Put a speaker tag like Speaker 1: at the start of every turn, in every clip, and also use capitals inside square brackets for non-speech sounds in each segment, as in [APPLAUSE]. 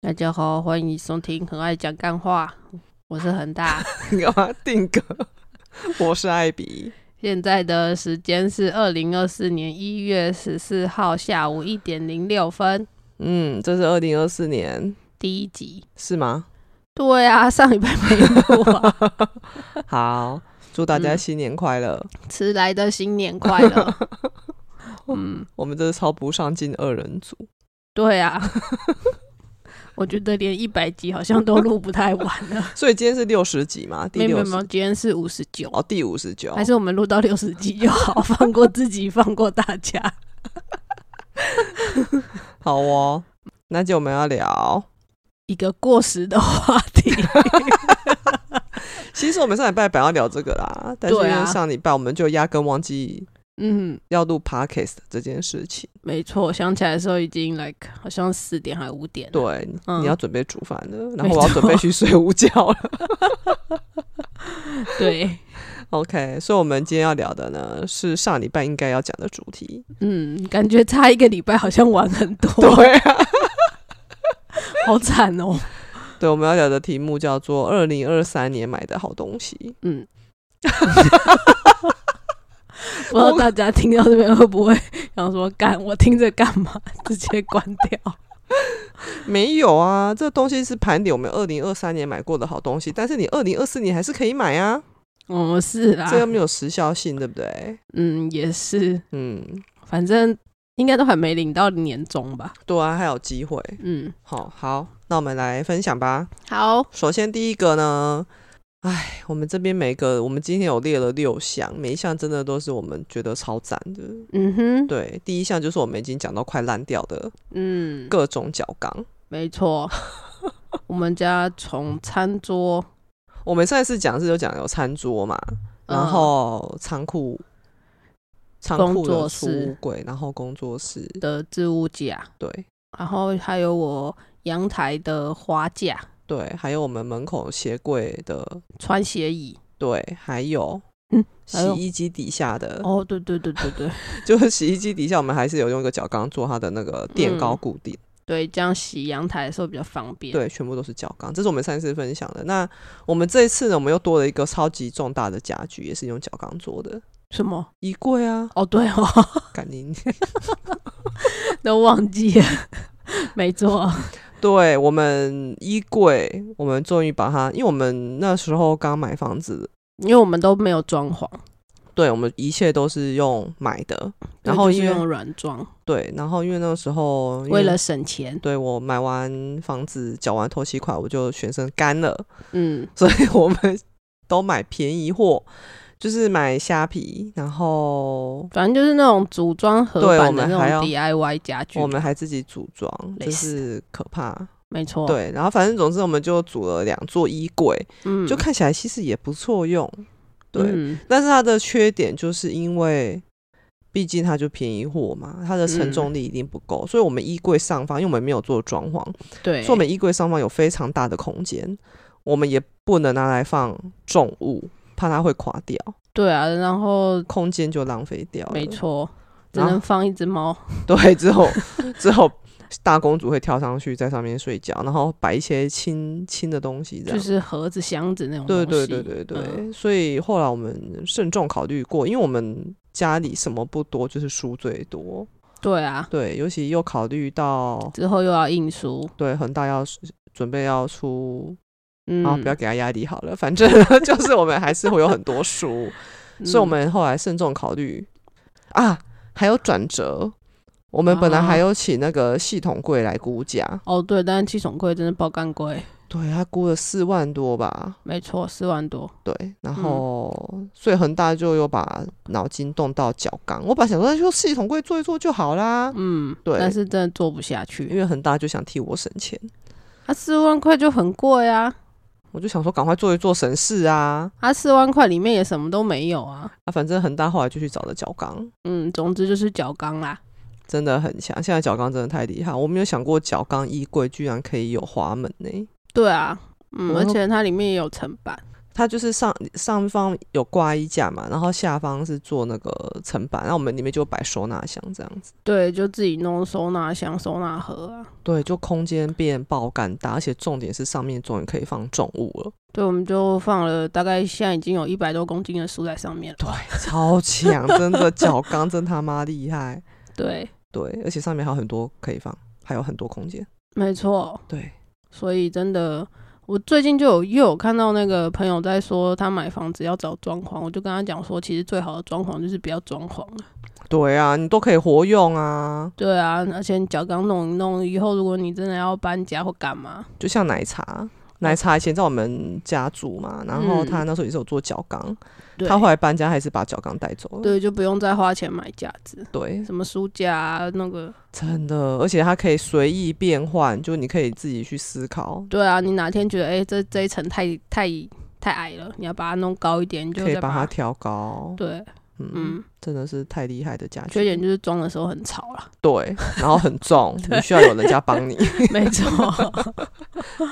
Speaker 1: 大家好，欢迎收听《很爱讲干话》，我是恒
Speaker 2: [LAUGHS]
Speaker 1: 大。 [LAUGHS]
Speaker 2: 你干嘛定格？我是艾比，
Speaker 1: 现在的时间是二零二四年一月十四号下午一点零六分，
Speaker 2: 嗯，这是二零二四年
Speaker 1: 第一集。[LAUGHS]
Speaker 2: 是吗？
Speaker 1: 对啊，上礼拜没录啊。
Speaker 2: 好，祝大家
Speaker 1: 嗯
Speaker 2: 新年快乐！
Speaker 1: 迟来的新年快乐。
Speaker 2: [LAUGHS]
Speaker 1: 嗯，
Speaker 2: 我们这是超不上进二人组，
Speaker 1: 对啊。我觉得连一百集好像都录不太完
Speaker 2: [LAUGHS]
Speaker 1: 了。
Speaker 2: 所以今天是六十集嘛？
Speaker 1: 没
Speaker 2: 第
Speaker 1: 有没
Speaker 2: 六
Speaker 1: 有
Speaker 2: 十
Speaker 1: 没有，今天是五十九，
Speaker 2: 哦，第五十九
Speaker 1: 还。是我们录到六十集就好，放过自己，放过大家。
Speaker 2: 好哦，那就我们要聊。
Speaker 1: 一个过时的话题。
Speaker 2: 其实我们上礼拜本来要聊这个啦，但是因
Speaker 1: 对
Speaker 2: 为
Speaker 1: 啊
Speaker 2: 上礼拜我们就压根忘记
Speaker 1: [LAUGHS] 嗯，
Speaker 2: 要录 podcast 这件事情。
Speaker 1: 没错，想起来的时候已经 like 好像四点还五点。，
Speaker 2: 对，
Speaker 1: 嗯
Speaker 2: 你要准备煮饭了，然
Speaker 1: 没
Speaker 2: 后我要准备
Speaker 1: 错
Speaker 2: 去睡午觉了。
Speaker 1: 对，
Speaker 2: OK，所以我们今天要聊的呢是上礼拜应该要讲的主题。
Speaker 1: 嗯，感觉差一个礼拜好像晚很多，
Speaker 2: [LAUGHS] 对啊，
Speaker 1: 好惨哦。
Speaker 2: [LAUGHS] 对，我们要聊的题目叫做“二零二三年买的好东西
Speaker 1: [LAUGHS] 嗯，不知道大家听到这边会不会想说干？我听着干嘛？直接关掉。”。
Speaker 2: 没有啊，这东西是盘点我们二零二三年买过的好东西，但是你二零二四年还是可以买啊，
Speaker 1: 哦，是啦
Speaker 2: 这，又没有时效性，对不对？
Speaker 1: 嗯，也是，
Speaker 2: 嗯，
Speaker 1: 反正应该都还没领到年终吧。
Speaker 2: 对啊，还有机会。
Speaker 1: 嗯，
Speaker 2: 好、好，那我们来分享吧。
Speaker 1: 好，
Speaker 2: 首先第一个呢，哎，我们这边每个我们今天有列了六项，每一项真的都是我们觉得超赞的。
Speaker 1: 嗯哼，
Speaker 2: 对，第一项就是我们已经讲到快烂掉的
Speaker 1: 嗯，
Speaker 2: 各种角钢。
Speaker 1: 没错， [LAUGHS] 我们家从餐桌，
Speaker 2: 我们上一次讲是有讲有餐桌嘛，
Speaker 1: 嗯
Speaker 2: 然后仓库、仓库
Speaker 1: 工作
Speaker 2: 的储
Speaker 1: 室
Speaker 2: 物柜，然后工作室，
Speaker 1: 的置物架，
Speaker 2: 对
Speaker 1: 然后还有我阳台的花架、
Speaker 2: 对，还有我们门口鞋柜的，
Speaker 1: 穿鞋椅。
Speaker 2: 对，还有
Speaker 1: 嗯还
Speaker 2: 洗
Speaker 1: 有
Speaker 2: 衣机底下的，
Speaker 1: 哦，对对对对对
Speaker 2: [LAUGHS] 就是洗衣机底下我们还是有用一个角钢做它的那个垫
Speaker 1: 嗯
Speaker 2: 高固定，
Speaker 1: 对，这样洗阳台的时候比较方便。，
Speaker 2: 对，全部都是角钢，这是我们上一次分享的。那我们这一次呢，我们又多了一个超级重大的家具，也是用角钢做的
Speaker 1: 什么？
Speaker 2: 衣柜啊，
Speaker 1: 哦，对哦， [LAUGHS]
Speaker 2: 感应。
Speaker 1: 都忘记了。 [LAUGHS] 没错，
Speaker 2: 对我们衣柜，我们终于把它，因为我们那时候刚买房子，
Speaker 1: 因为我们都没有装潢，
Speaker 2: 对我们一切都是用买的，然后
Speaker 1: 对就是
Speaker 2: 因为、
Speaker 1: 用软装，
Speaker 2: 对，然后因为那个时候因
Speaker 1: 为了省钱。
Speaker 2: 对我买完房子缴完头期款，呃我就全身干了，
Speaker 1: 嗯，
Speaker 2: 所以我们都买便宜货，就是买虾皮，然后
Speaker 1: 反正就是那种组装合
Speaker 2: 对我
Speaker 1: 板的
Speaker 2: 们
Speaker 1: 那
Speaker 2: 还要
Speaker 1: 种 DIY 家具。
Speaker 2: 我们还自己组装，
Speaker 1: 累
Speaker 2: 就
Speaker 1: 死
Speaker 2: 是可怕。
Speaker 1: 没错，，
Speaker 2: 对，然后反正总之我们就组了两座衣柜，
Speaker 1: 嗯，
Speaker 2: 就看起来其实也不错用，对。
Speaker 1: 嗯
Speaker 2: 但是它的缺点就是因为，毕竟它就便宜货嘛，它的承
Speaker 1: 嗯
Speaker 2: 重力一定不够，所以我们衣柜上方，因为我们没有做装潢，
Speaker 1: 对
Speaker 2: 所以，我们衣柜上方有非常大的空间，我们也不能拿来放重物，怕它会垮掉，
Speaker 1: 对啊，然后
Speaker 2: 空间就浪费掉了。
Speaker 1: 没，错，只
Speaker 2: 然后
Speaker 1: 能放一只猫。
Speaker 2: 对，之后 [LAUGHS] 之后。大公主会跳上去，在上面睡觉，然后摆一些轻轻的东西，这样
Speaker 1: 就是盒子、箱子那种东
Speaker 2: 对
Speaker 1: 西。
Speaker 2: 对对对对，
Speaker 1: 嗯
Speaker 2: 所以后来我们慎重考虑过，因为我们家里什么不多，就是书最多。
Speaker 1: 对啊！
Speaker 2: 对，尤其又考虑到
Speaker 1: 之后又要印书，
Speaker 2: 对恒大要是准备要出，
Speaker 1: 嗯，
Speaker 2: 啊，不要给他压力好了，反正 [LAUGHS] 就是我们还是会有很多书， [LAUGHS]
Speaker 1: 嗯，
Speaker 2: 所以我们后来慎重考虑啊，还有转折。我们本来还
Speaker 1: 啊
Speaker 2: 有请那个系统柜来估价，
Speaker 1: 哦对，但是七重柜真的爆干贵，
Speaker 2: 对他估了四万多吧，
Speaker 1: 没错，四万多。
Speaker 2: 对，然
Speaker 1: 嗯
Speaker 2: 后、所以恒大就又把脑筋动到角钢。我本来想说，那就系统柜做一做就好啦，
Speaker 1: 嗯，
Speaker 2: 啊对
Speaker 1: 但是真的做不下去
Speaker 2: 因，为恒大就想替我省钱，
Speaker 1: 它四万块就很贵啊，
Speaker 2: 我就想说赶快做一做省事啊。
Speaker 1: 它四万块里面也什么都没有啊。
Speaker 2: 啊，反正恒大后来就去找了角钢，
Speaker 1: 嗯，总之就是角钢啦。
Speaker 2: 真的很强。现在角钢真的太厉害，我没有想过角钢衣柜居然可以有滑门呢、
Speaker 1: 对啊，嗯，
Speaker 2: 我
Speaker 1: 而且它里面也有层板，
Speaker 2: 它就是上上方有挂衣架嘛，然后下方是做那个层板，然后我们里面就摆收纳箱这样子。
Speaker 1: 对，就自己弄收纳箱、收纳盒啊。
Speaker 2: 对，就空间变爆干大，而且重点是上面终于可以放重物了。
Speaker 1: 对，我们就放了大概现在已经有一百多公斤的书在上面了。
Speaker 2: 对，超强，真的脚钢真他妈厉害。
Speaker 1: 对，
Speaker 2: 对，而且上面还有很多可以放，还有很多空间。
Speaker 1: 没错。
Speaker 2: 对，
Speaker 1: 所以真的，我最近就有又有看到那个朋友在说他买房子要找装潢，我就跟他讲说，其实最好的装潢就是不要装潢了。
Speaker 2: 对啊，你都可以活用啊，
Speaker 1: 对啊，而且你脚刚弄一弄，以后如果你真的要搬家或干嘛，
Speaker 2: 就像奶茶。奶茶以前在我们家住嘛，然后他那时候也是有做角钢，
Speaker 1: 对
Speaker 2: 他后来搬家还是把角钢带走了。
Speaker 1: 嗯对，就不用再花钱买架子，
Speaker 2: 对，
Speaker 1: 什么书架啊，那个，
Speaker 2: 真的，而且它可以随意变换，就你可以自己去思考，
Speaker 1: 对啊，你哪天觉得哎、这这一层太太太矮了，你要把它弄高一点，你就
Speaker 2: 可以
Speaker 1: 再
Speaker 2: 把
Speaker 1: 把
Speaker 2: 它调高。
Speaker 1: 对，
Speaker 2: 嗯，
Speaker 1: 嗯，
Speaker 2: 真的是太厉害的家
Speaker 1: 缺
Speaker 2: 具。
Speaker 1: 点就是装的时候很吵啦， [LAUGHS]
Speaker 2: 对，然后很重，你需要有人家帮你。
Speaker 1: 没错，
Speaker 2: [LAUGHS]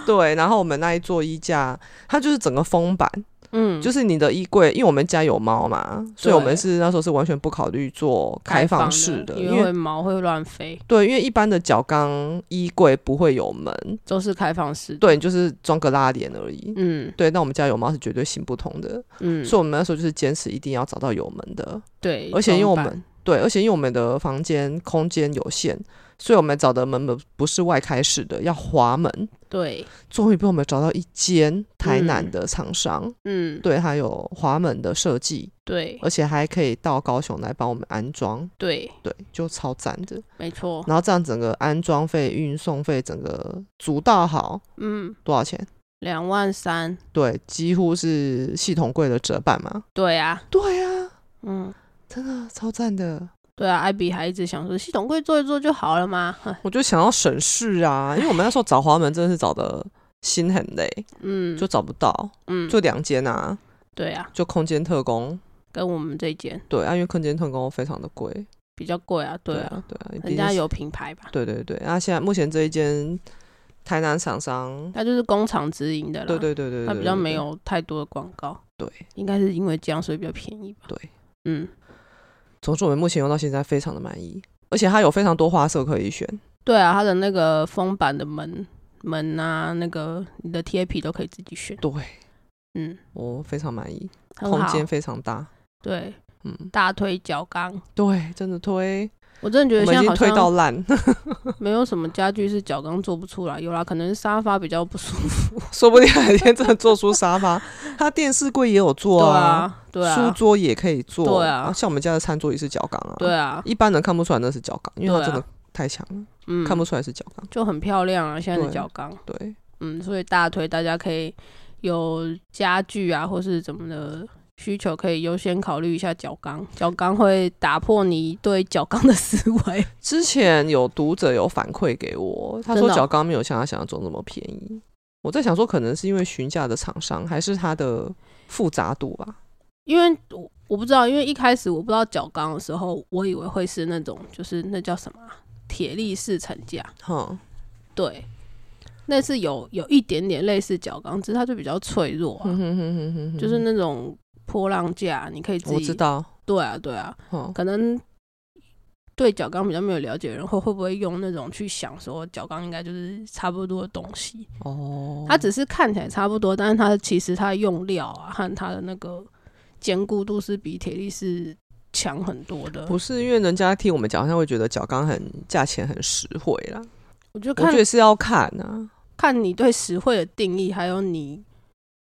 Speaker 2: 对，然后我们那一座衣架，它就是整个封板，
Speaker 1: 嗯，
Speaker 2: 就是你的衣柜，因为我们家有猫嘛，所以我们
Speaker 1: 对
Speaker 2: 是那时候是完全不考虑做开放式的，
Speaker 1: 的，因
Speaker 2: 因
Speaker 1: 为
Speaker 2: 为
Speaker 1: 会毛会乱飞，
Speaker 2: 对，因为一般的角钢衣柜不会有门，
Speaker 1: 都是开放式的，
Speaker 2: 对，你就是装个拉帘而已。
Speaker 1: 嗯
Speaker 2: 对，那我们家有猫是绝对行不通的，
Speaker 1: 嗯，
Speaker 2: 所以我们那时候就是坚持一定要找到有门的。
Speaker 1: 对，
Speaker 2: 而且因为我
Speaker 1: 装
Speaker 2: 们对，而且因为我们的房间空间有限，所以我们找的门门不是外开式的，要滑门。
Speaker 1: 扮对，
Speaker 2: 终于被我们找到一间台南
Speaker 1: 嗯
Speaker 2: 的厂商，
Speaker 1: 嗯
Speaker 2: 对，它有滑门的设计，
Speaker 1: 对
Speaker 2: 而且还可以到高雄来帮我们安装，
Speaker 1: 对，
Speaker 2: 对，就超赞的。
Speaker 1: 没错，
Speaker 2: 然后这样整个安装费、运送费，整个足到好
Speaker 1: 嗯，
Speaker 2: 多少钱？
Speaker 1: 两万三，
Speaker 2: 对，几乎是系统柜的折半嘛。
Speaker 1: 对啊，
Speaker 2: 对啊，
Speaker 1: 嗯。
Speaker 2: 真的超赞的。
Speaker 1: 对啊，艾比还一直想说系统柜做一做就好了嘛。哼
Speaker 2: 我就想要省事啊，因为我们那时候找滑门真的是找的心很累，
Speaker 1: 嗯，
Speaker 2: 就找不到，
Speaker 1: 嗯，
Speaker 2: 就两间啊，
Speaker 1: 对啊，
Speaker 2: 就空间特工，
Speaker 1: 跟我们这间
Speaker 2: 对，啊，因为空间特工非常的贵，
Speaker 1: 比较贵啊，对啊，
Speaker 2: 啊，对啊，毕
Speaker 1: 人
Speaker 2: 竟
Speaker 1: 家
Speaker 2: 是，
Speaker 1: 有品牌吧，
Speaker 2: 对对对，那、现在目前这一间台南厂商，
Speaker 1: 它就是工厂直营的啦，
Speaker 2: 对对对对，
Speaker 1: 啊它
Speaker 2: 对
Speaker 1: 比较
Speaker 2: 对
Speaker 1: 没
Speaker 2: 对
Speaker 1: 有太多的广告，
Speaker 2: 对，
Speaker 1: 应该是因为这样所以比较便宜吧。
Speaker 2: 对，
Speaker 1: 嗯，
Speaker 2: 总之我们目前用到现在非常的满意，而且它有非常多花色可以选，
Speaker 1: 对啊，它的那个封板的门门啊，那个你的贴皮都可以自己选，
Speaker 2: 对
Speaker 1: 嗯，
Speaker 2: 我非常满意，
Speaker 1: 很
Speaker 2: 空
Speaker 1: 好，
Speaker 2: 间非常大，
Speaker 1: 对，
Speaker 2: 嗯，
Speaker 1: 大推角钢，
Speaker 2: 对，真的推，
Speaker 1: 我真的觉
Speaker 2: 我
Speaker 1: 得
Speaker 2: 们
Speaker 1: 现
Speaker 2: 已
Speaker 1: 在
Speaker 2: 经
Speaker 1: 好
Speaker 2: 推到
Speaker 1: 像
Speaker 2: 烂，
Speaker 1: 没有什么家具是角钢做不出来，有啦，可能沙发比较不舒服，
Speaker 2: [LAUGHS] 说不定哪天真的做出沙发，它电视柜也有做
Speaker 1: 对啊，对
Speaker 2: 书
Speaker 1: 啊，
Speaker 2: 桌也可以做，
Speaker 1: 对啊
Speaker 2: 像我们家的餐桌也是角钢啊，
Speaker 1: 对啊，
Speaker 2: 一般人看不出来那是角钢，因为它
Speaker 1: 对啊
Speaker 2: 真的太强了，
Speaker 1: 嗯，
Speaker 2: 看不出来是角钢。
Speaker 1: 就很漂亮啊，现在的
Speaker 2: 对
Speaker 1: 角钢，
Speaker 2: 对，
Speaker 1: 嗯，所以大推大家可以有家具啊，或是怎么的需求，可以优先考虑一下角钢，角钢会打破你对角钢的思 [LAUGHS] 维，
Speaker 2: 之前有读者有反馈给我，他说
Speaker 1: 真的哦
Speaker 2: 角钢没有像他想象中那么便宜。我在想说，可能是因为询价的厂商，还是它的复杂度吧。
Speaker 1: 因为我我不知道，因为一开始我不知道角钢的时候，我以为会是那种就是那叫什么啊铁力士层架，
Speaker 2: 哼，
Speaker 1: 对。那是有有一点点类似角钢，只是它就比较脆弱啊，
Speaker 2: 哼哼哼哼哼哼
Speaker 1: 就是那种波浪架，你可以自己
Speaker 2: 我知道，
Speaker 1: 对啊对啊，
Speaker 2: 哼，
Speaker 1: 可能对角钢比较没有了解的人，会会不会用那种去想说角钢应该就是差不多的东西？
Speaker 2: 哦，
Speaker 1: 它只是看起来差不多，但是它其实它的用料啊和它的那个坚固度是比铁力士强很多的。
Speaker 2: 不是因为人家听我们讲，好像会觉得角钢很价钱很实惠啦。
Speaker 1: 我就
Speaker 2: 我
Speaker 1: 看
Speaker 2: 觉得是要看啊，
Speaker 1: 看你对实惠的定义，还有你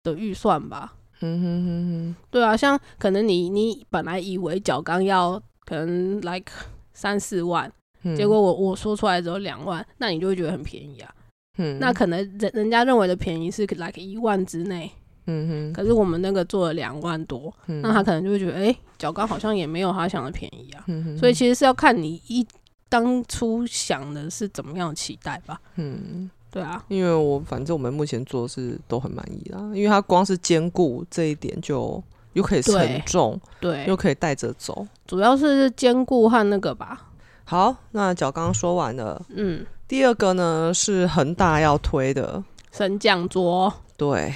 Speaker 1: 的预算吧。
Speaker 2: 嗯哼哼
Speaker 1: 对啊，像可能你你本来以为角钢要可能 like 三四万，
Speaker 2: 哼，
Speaker 1: 结果我我说出来只有两万，那你就会觉得很便宜啊。
Speaker 2: 嗯
Speaker 1: 那可能人人家认为的便宜是 like 一万之内，
Speaker 2: 嗯哼，
Speaker 1: 可是我们那个做了两万多，
Speaker 2: 嗯
Speaker 1: 那他可能就会觉得，哎、角钢好像也没有他想的便宜啊。
Speaker 2: 嗯哼
Speaker 1: 所以其实是要看你一当初想的是怎么样的期待吧。
Speaker 2: 嗯，
Speaker 1: 对啊，
Speaker 2: 因为我反正我们目前做是都很满意啦，因为它光是兼顾这一点就又可以
Speaker 1: 对
Speaker 2: 承重，
Speaker 1: 对
Speaker 2: 又，可以带着走。
Speaker 1: 主要是兼顾和那个吧。
Speaker 2: 好，那脚刚刚说完了，
Speaker 1: 嗯，
Speaker 2: 第二个呢是恒大要推的，
Speaker 1: 升降桌，
Speaker 2: 对，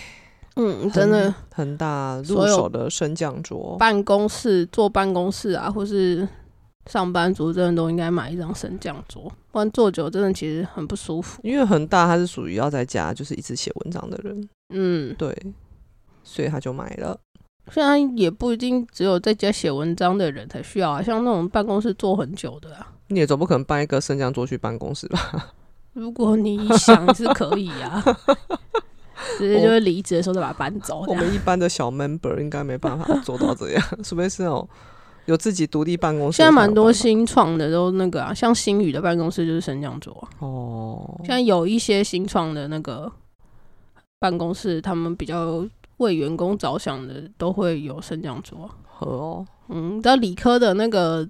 Speaker 1: 嗯，真的
Speaker 2: 很大入
Speaker 1: 所有
Speaker 2: 手的升降桌，
Speaker 1: 办公室坐办公室啊，或是上班族，真的都应该买一张升降桌，不然坐久真的其实很不舒服。
Speaker 2: 因为恒大他是属于要在家就是一直写文章的人，
Speaker 1: 嗯，
Speaker 2: 对，所以他就买了。
Speaker 1: 现在也不一定只有在家写文章的人才需要啊，像那种办公室坐很久的啊，
Speaker 2: 你也总不可能搬一个升降桌去办公室吧？
Speaker 1: 如果你想是可以
Speaker 2: [LAUGHS]
Speaker 1: 啊，直接就是离职的时候再把它搬走。这
Speaker 2: 我
Speaker 1: 样
Speaker 2: 们一般的小 member 应该没办法做到这样，
Speaker 1: [LAUGHS]
Speaker 2: 除非是那种有自己独立办公室
Speaker 1: 现
Speaker 2: 的才
Speaker 1: 在
Speaker 2: 有办法。
Speaker 1: 蛮多新创的都那个啊，像新宇的办公室就是升降桌啊、
Speaker 2: 哦，
Speaker 1: 现在有一些新创的那个办公室，他们比较为员工着想的，都会有升降桌。
Speaker 2: 和哦，
Speaker 1: 嗯，到理科的那个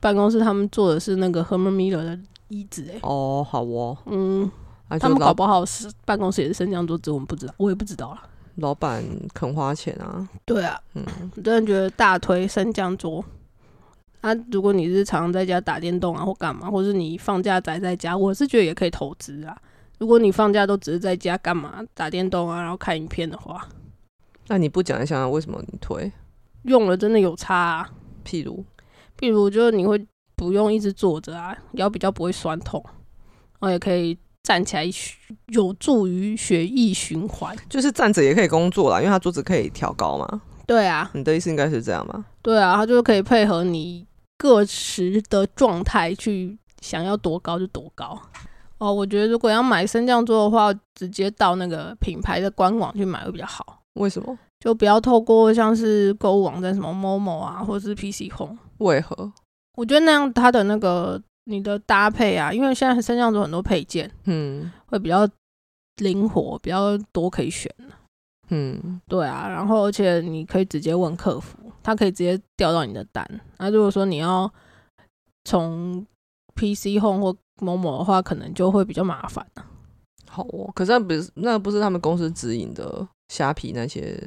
Speaker 1: 办公室，他们坐的是那个 Herman Miller 的椅子、欸，
Speaker 2: 哦，好哦，
Speaker 1: 嗯，
Speaker 2: 那
Speaker 1: 他
Speaker 2: 就
Speaker 1: 们搞
Speaker 2: 老
Speaker 1: 不好是办公室也是升降桌，只是我们不知道，我也不知道啦。
Speaker 2: 老板肯花钱啊，
Speaker 1: 对啊，
Speaker 2: 嗯，
Speaker 1: 我真的觉得大推升降桌。啊，如果你是常常在家打电动啊，或干嘛，或是你放假宅在家，我是觉得也可以投资啊。如果你放假都只是在家干嘛打电动啊，然后看影片的话，
Speaker 2: 那你不讲一下为什么你推？
Speaker 1: 用了真的有差、啊。
Speaker 2: 譬如
Speaker 1: 譬如就是你会不用一直坐着啊，腰比较不会酸痛，然后也可以站起来，有助于血液循环。
Speaker 2: 就是站着也可以工作啦，因为他桌子可以调高嘛。
Speaker 1: 对啊，
Speaker 2: 你的意思应该是这样吧？
Speaker 1: 对啊，它就可以配合你个时的状态去想要多高就多高。哦，我觉得如果要买升降桌的话，直接到那个品牌的官网去买会比较好，
Speaker 2: 为什么？
Speaker 1: 就不要透过像是购物网站什么 Momo 啊，或是 PC Home。
Speaker 2: 为何？
Speaker 1: 我觉得那样它的那个你的搭配啊，因为现在升降桌很多配件
Speaker 2: 嗯
Speaker 1: 会比较灵活，比较多可以选。
Speaker 2: 嗯，
Speaker 1: 对啊，然后而且你可以直接问客服，他可以直接调到你的单。那如果说你要从 PC Home 或某某的话，可能就会比较麻烦、啊、
Speaker 2: 好哦。可是那不是那不是他们公司指引的虾皮那些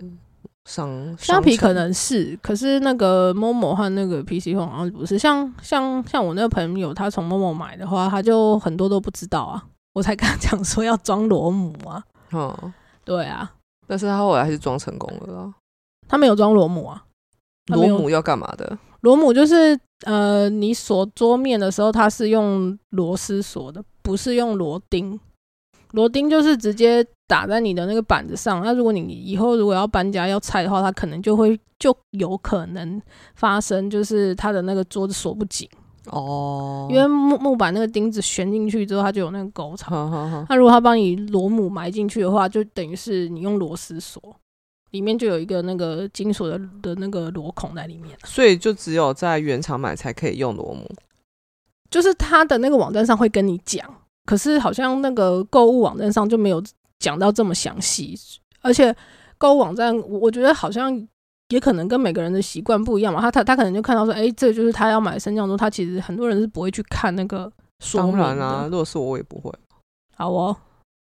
Speaker 2: 商
Speaker 1: 虾皮
Speaker 2: 商城
Speaker 1: 可能是，可是那个某某和那个 PC Home 好像不是。像像像我那个朋友，他从某某买的话，他就很多都不知道啊。我才跟他讲说要装螺母啊，
Speaker 2: 嗯，
Speaker 1: 对啊，
Speaker 2: 但是他后来还是装成功了啦。
Speaker 1: 他没有装螺母啊。他没
Speaker 2: 螺
Speaker 1: 有
Speaker 2: 母要干嘛的？
Speaker 1: 螺母就是呃，你锁桌面的时候，它是用螺丝锁的，不是用螺钉。螺钉就是直接打在你的那个板子上。那如果你以后如果要搬家要拆的话，它可能就会就有可能发生，就是它的那个桌子锁不紧，
Speaker 2: 哦，
Speaker 1: 因为木木板那个钉子旋进去之后，它就有那个沟槽。
Speaker 2: 好好好，
Speaker 1: 那如果它帮你螺母埋进去的话，就等于是你用螺丝锁，里面就有一个那个金属的的那个螺孔在里面。
Speaker 2: 所以就只有在原厂买才可以用螺母。
Speaker 1: 就是他的那个网站上会跟你讲，可是好像那个购物网站上就没有讲到这么详细，而且购物网站我我觉得好像也可能跟每个人的习惯不一样嘛，他他他可能就看到说，哎、这就是他要买的升降桌，他其实很多人是不会去看那个说
Speaker 2: 当
Speaker 1: 明的。
Speaker 2: 然啦、啊如果是我，我也不会。
Speaker 1: 好哦，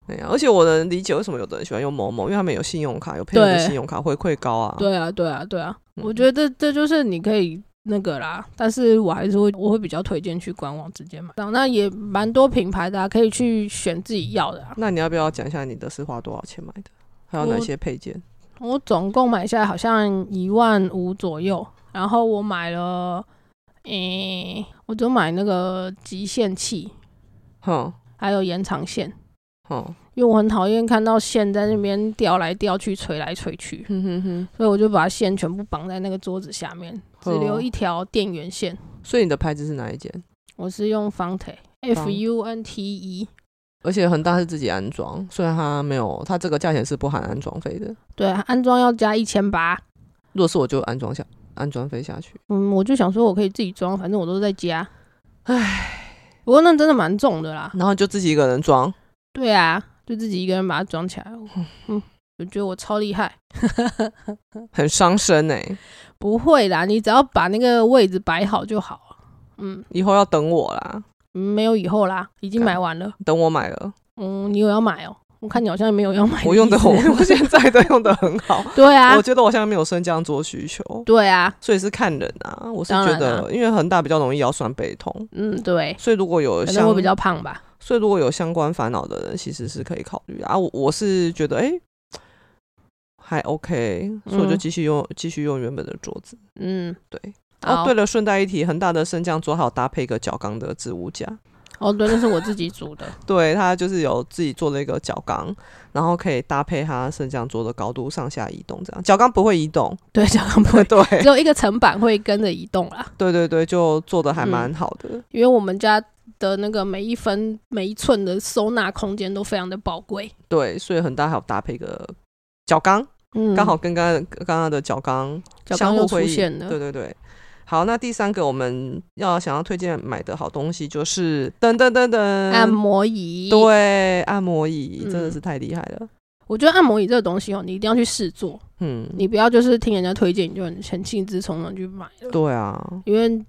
Speaker 2: 哎呀，而且我能理解为什么有的人喜欢用某某，因为他们有信用卡，有配合的
Speaker 1: 对
Speaker 2: 信用卡回馈高啊。，
Speaker 1: 对啊，对啊，对啊，
Speaker 2: 嗯
Speaker 1: 我觉得这这就是你可以那个啦，但是我还是会我会比较推荐去官网直接买，那也蛮多品牌的、啊，可以去选自己要的、啊。
Speaker 2: 那你要不要讲一下你的是花多少钱买的？还有哪
Speaker 1: 我
Speaker 2: 些配件？
Speaker 1: 我总共买下来好像一万五左右，然后我买了，诶、我就买那个极限器，
Speaker 2: 哼
Speaker 1: 还有延长线，
Speaker 2: 哼
Speaker 1: 因为我很讨厌看到线在那边掉来掉去、垂来垂去，
Speaker 2: 哼哼哼。
Speaker 1: 所以我就把线全部绑在那个桌子下面，只
Speaker 2: 哦
Speaker 1: 留一条电源线。
Speaker 2: 所以你的牌子是哪一件？
Speaker 1: 我是用 Funte F U N T E，
Speaker 2: 而且恒大是自己安装，虽然它没有，它这个价钱是不含安装费的。
Speaker 1: 对，安装要加一千八。
Speaker 2: 如果是我就安装下安装费下去。
Speaker 1: 嗯，我就想说我可以自己装，反正我都在家。唉，不过那真的蛮重的啦。
Speaker 2: 然后就自己一个人装，
Speaker 1: 对啊，就自己一个人把它装起来。我嗯，我觉得我超厉害。 [LAUGHS]
Speaker 2: 很伤身哎、
Speaker 1: 不会啦，你只要把那个位置摆好就好啊。嗯，
Speaker 2: 以后要等我啦，
Speaker 1: 没有以后啦，已经买完了。
Speaker 2: 等我买了，
Speaker 1: 嗯，你有要买哦？我看你好像也没有要买。
Speaker 2: 我用的 [LAUGHS] 我
Speaker 1: [LAUGHS]
Speaker 2: 用现在都用的很好。
Speaker 1: 对哎 [LAUGHS] 啊
Speaker 2: 我，觉得我现在没有升降桌需求，
Speaker 1: 对啊，
Speaker 2: 所以是看人啊。我是
Speaker 1: 当
Speaker 2: 觉
Speaker 1: 然
Speaker 2: 得，因为恒大比较容易腰酸背痛，
Speaker 1: 嗯，对，
Speaker 2: 所以如果有
Speaker 1: 反正
Speaker 2: 相
Speaker 1: 我比较胖吧。
Speaker 2: 所以如果啊有相关烦恼的人，其实是可以考虑的啊。我我是觉得，哎、还 OK，所以我就
Speaker 1: 嗯
Speaker 2: 继续用继续用原本的桌子。
Speaker 1: 嗯，
Speaker 2: 对。哦，
Speaker 1: 哦
Speaker 2: 对了，顺带一提，恒大的升降桌还有搭配一个角钢的置物架，
Speaker 1: 哦对，那是我自己煮的，
Speaker 2: 对，它就是有自己做了一个角钢，然后可以搭配它升降桌的高度上下移动，这样角钢不会移动。
Speaker 1: 对，这样不
Speaker 2: 对
Speaker 1: 会，
Speaker 2: [LAUGHS] 对
Speaker 1: 只有一个层板会跟着移动啦。
Speaker 2: 对对对，就做的还
Speaker 1: 嗯
Speaker 2: 蛮好的。
Speaker 1: 因为我们家的那个每一分每一寸的收纳空间都非常的宝贵。
Speaker 2: 对，所以恒大还有搭配一个角钢，
Speaker 1: 嗯
Speaker 2: 刚好跟刚刚刚刚的角钢
Speaker 1: 角
Speaker 2: 相
Speaker 1: 刚
Speaker 2: 互
Speaker 1: 又出
Speaker 2: 辉
Speaker 1: 现
Speaker 2: 映。
Speaker 1: 了
Speaker 2: 对，对对。好，那第三个我们要想要推荐买的好东西就是噔噔噔噔
Speaker 1: 按摩椅。，
Speaker 2: 嗯对，按摩椅真的
Speaker 1: 嗯
Speaker 2: 是太厉害了。
Speaker 1: 我觉得按摩椅这个东西哦，你一定要去试做，
Speaker 2: 嗯，
Speaker 1: 你不要就是听人家推荐你就很很兴致冲冲去买了，
Speaker 2: 对啊，
Speaker 1: 因为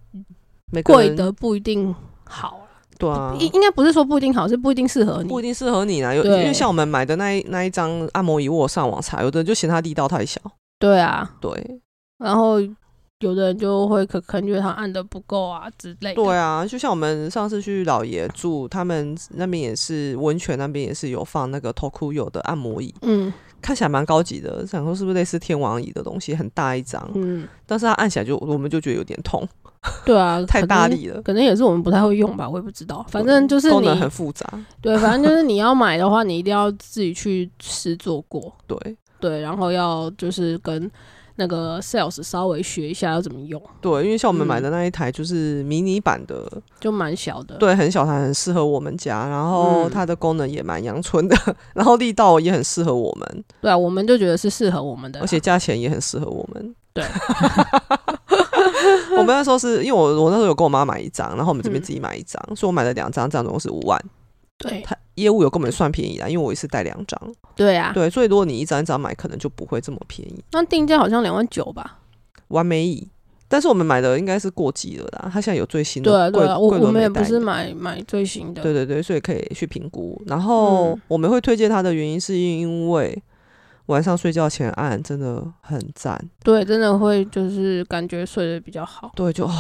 Speaker 2: 每个
Speaker 1: 贵
Speaker 2: 人
Speaker 1: 的不一定好，
Speaker 2: 对啊，
Speaker 1: 应应该不是说不一定好，是不一定适合你
Speaker 2: 不。一定适合你啦。有因
Speaker 1: 对
Speaker 2: 为像我们买的那一那一张按摩椅，我有上网查，有的人就嫌它力道太小，
Speaker 1: 对啊，
Speaker 2: 对
Speaker 1: 然后有的人就会可可能觉得他按的不够啊之类的。
Speaker 2: 对啊，就像我们上次去老爷住，他们那边也是温泉那边也是有放那个 Tokuyo 的按摩椅，
Speaker 1: 嗯
Speaker 2: 看起来蛮高级的，想说是不是类似天王椅的东西，很大一张，
Speaker 1: 嗯，
Speaker 2: 但是它按起来就我们就觉得有点痛，
Speaker 1: 对啊，
Speaker 2: 太
Speaker 1: 可能
Speaker 2: 大力了。
Speaker 1: 可能也是我们不太会用吧，我也不知道。反正就是
Speaker 2: 功
Speaker 1: 你
Speaker 2: 能很复杂，
Speaker 1: 对，反正就是你要买的话，你一定要自己去试做过，
Speaker 2: 对
Speaker 1: 对，然后要就是跟那个 sales 稍微学一下要怎么用，
Speaker 2: 对，因为像我们买
Speaker 1: 嗯
Speaker 2: 的那一台就是迷你版的，
Speaker 1: 就蛮小的。，
Speaker 2: 对，很小台，很适合我们家，然后
Speaker 1: 嗯
Speaker 2: 它的功能也蛮阳春的， [LAUGHS] 然后力道也很适合我们，
Speaker 1: 对啊，我们就觉得是适合我们的啦，
Speaker 2: 而且价钱也很适合我们。
Speaker 1: 啊对，
Speaker 2: [LAUGHS] 我们那时候是因为我我那时候有跟我妈买一张，然后我们这边
Speaker 1: 嗯
Speaker 2: 自己买一张，所以我买了两张，这样总共是五万。
Speaker 1: 对
Speaker 2: 他业务有跟我们算便宜啦，因为我一次带两张，
Speaker 1: 对啊，
Speaker 2: 对，所以如果你一张一张买，可能就不会这么便宜。
Speaker 1: 那定价好像两万九吧？
Speaker 2: 完美椅，但是我们买的应该是过季了啦，它现在有最新的
Speaker 1: 对啊，
Speaker 2: 贵，
Speaker 1: 对啊，我
Speaker 2: 贵
Speaker 1: 我
Speaker 2: 轮
Speaker 1: 们也
Speaker 2: 没
Speaker 1: 不
Speaker 2: 带
Speaker 1: 是
Speaker 2: 你
Speaker 1: 买买最新的，
Speaker 2: 对对对，所以可以去评估。然后
Speaker 1: 嗯
Speaker 2: 我们会推荐它的原因，是因为晚上睡觉前按真的很赞，
Speaker 1: 对，真的会就是感觉睡得比较好。
Speaker 2: 对，就哦，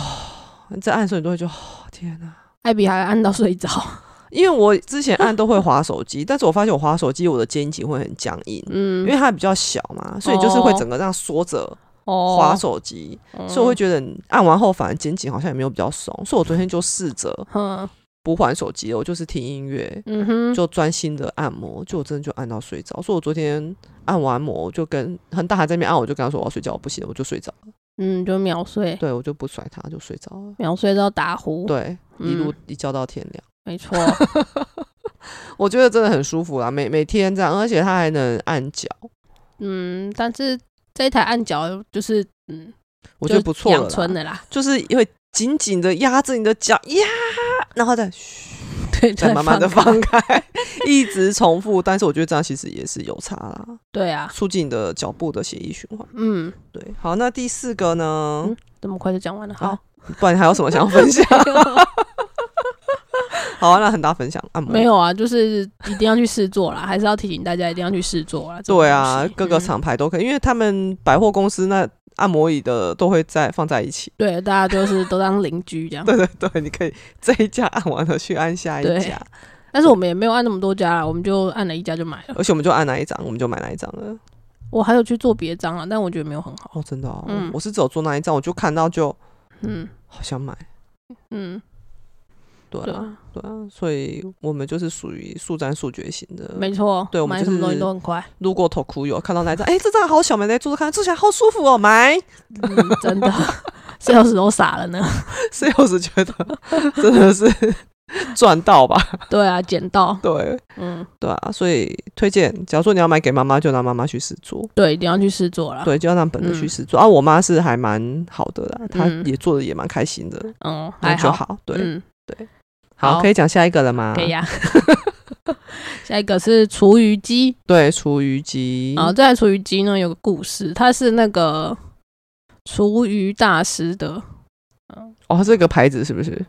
Speaker 2: 你在按的时候你都会就哦天哪、
Speaker 1: 艾比还按到睡着，
Speaker 2: 因为我之前按都会滑
Speaker 1: [LAUGHS]
Speaker 2: 手机，但是我发现我滑手机我的肩颈会很僵硬，因
Speaker 1: 嗯
Speaker 2: 为，它比较小嘛，所以就是会
Speaker 1: 哦
Speaker 2: 整个这样缩着
Speaker 1: 哦，嗯
Speaker 2: 滑手机，所以我会觉得你按完后反而肩颈好像也没有比较松，所以我昨天就试着
Speaker 1: 嗯
Speaker 2: 不还手机了，我就是听音乐，
Speaker 1: 嗯哼，
Speaker 2: 就专心的按摩，就我真的就按到睡着。所以我昨天按完摩，我就跟恒大还在那边按，我就跟他说我要睡觉，我不行，我就睡着了。
Speaker 1: 嗯就秒睡，
Speaker 2: 对我就不甩他，就睡着了。
Speaker 1: 秒睡到打呼，
Speaker 2: 对，一路
Speaker 1: 嗯
Speaker 2: 一觉到天亮，
Speaker 1: 没错，
Speaker 2: 我觉得真的很舒服啦。啊每每天这样，而且它还能按脚，
Speaker 1: 嗯，但是这一台按脚就是，嗯，
Speaker 2: 我觉得不错了
Speaker 1: 养成
Speaker 2: 啦。
Speaker 1: 的啦，
Speaker 2: 就是因为紧紧的压着你的脚呀，然后再嘘
Speaker 1: [LAUGHS] 对，
Speaker 2: 再慢慢的
Speaker 1: 放开，
Speaker 2: 放开，一直重复。但是我觉得这样其实也是有差啦，
Speaker 1: 对
Speaker 2: [LAUGHS]
Speaker 1: 啊，
Speaker 2: 促进你的脚步的血液循环。
Speaker 1: 嗯，
Speaker 2: 对，好，那第四个呢？
Speaker 1: 嗯这么快就讲完了，好
Speaker 2: 好，不然你还有什么想要
Speaker 1: [LAUGHS]
Speaker 2: 分享？
Speaker 1: 没
Speaker 2: 哦 [LAUGHS]
Speaker 1: 有
Speaker 2: 好、啊，那很大分享按摩。
Speaker 1: 没有啊，就是一定要去试做啦，还是要提醒大家一定要去试做啦，这种
Speaker 2: 对啊
Speaker 1: 东西，
Speaker 2: 各个、
Speaker 1: 嗯
Speaker 2: 厂牌都可以，因为他们百货公司那按摩椅的都会在放在一起。
Speaker 1: 对，大家就是都当邻居这样，
Speaker 2: 对对对，你可以这一家按完了去按下一
Speaker 1: 嗯对
Speaker 2: 家，
Speaker 1: 但是我们也没有按那么多家啦，我们就按了一家就买了，
Speaker 2: 而且我们就按哪一张，我们就买哪一张
Speaker 1: 哦
Speaker 2: 了。
Speaker 1: 我还有去做别张啊，但我觉得没有很好，
Speaker 2: 哦，真的哦，
Speaker 1: 嗯
Speaker 2: 我是只有做那一张，我就看到就
Speaker 1: 嗯
Speaker 2: 好想买。
Speaker 1: 嗯，
Speaker 2: 对
Speaker 1: 对
Speaker 2: 啊，
Speaker 1: 啊，
Speaker 2: 对啊，所以我们就是属于速战速决型的。
Speaker 1: 没错，
Speaker 2: 对我们
Speaker 1: 买什么
Speaker 2: 就是
Speaker 1: 东西都很快，
Speaker 2: 如果头哭有看到那一张，哎、这张好小，没在做，看坐起来好舒服哦，买。 [LAUGHS]
Speaker 1: 嗯，真的 [LAUGHS] ，sales 都傻了呢， [LAUGHS]
Speaker 2: sales 觉得真的是赚到吧？
Speaker 1: 对啊，捡到，
Speaker 2: 对，
Speaker 1: 嗯，
Speaker 2: 对啊，所以推荐，假如说你要买给妈妈，就让妈妈去试做，
Speaker 1: 对，一定要去试做啦。
Speaker 2: 对，就要让本人去
Speaker 1: 嗯
Speaker 2: 试做。啊，我妈是还蛮好的啦，她
Speaker 1: 嗯
Speaker 2: 也做的也蛮开心的，
Speaker 1: 嗯，
Speaker 2: 那
Speaker 1: 还
Speaker 2: 就
Speaker 1: 好，
Speaker 2: 好。对，
Speaker 1: 嗯，
Speaker 2: 好，
Speaker 1: 好
Speaker 2: 可以讲下一个了吗？
Speaker 1: 可以啊。 [LAUGHS] 下一个是厨余机，
Speaker 2: 对，厨余机
Speaker 1: 然后这台厨余机呢有个故事，它是那个厨余大师的，嗯，
Speaker 2: 哦，它这个牌子是不是？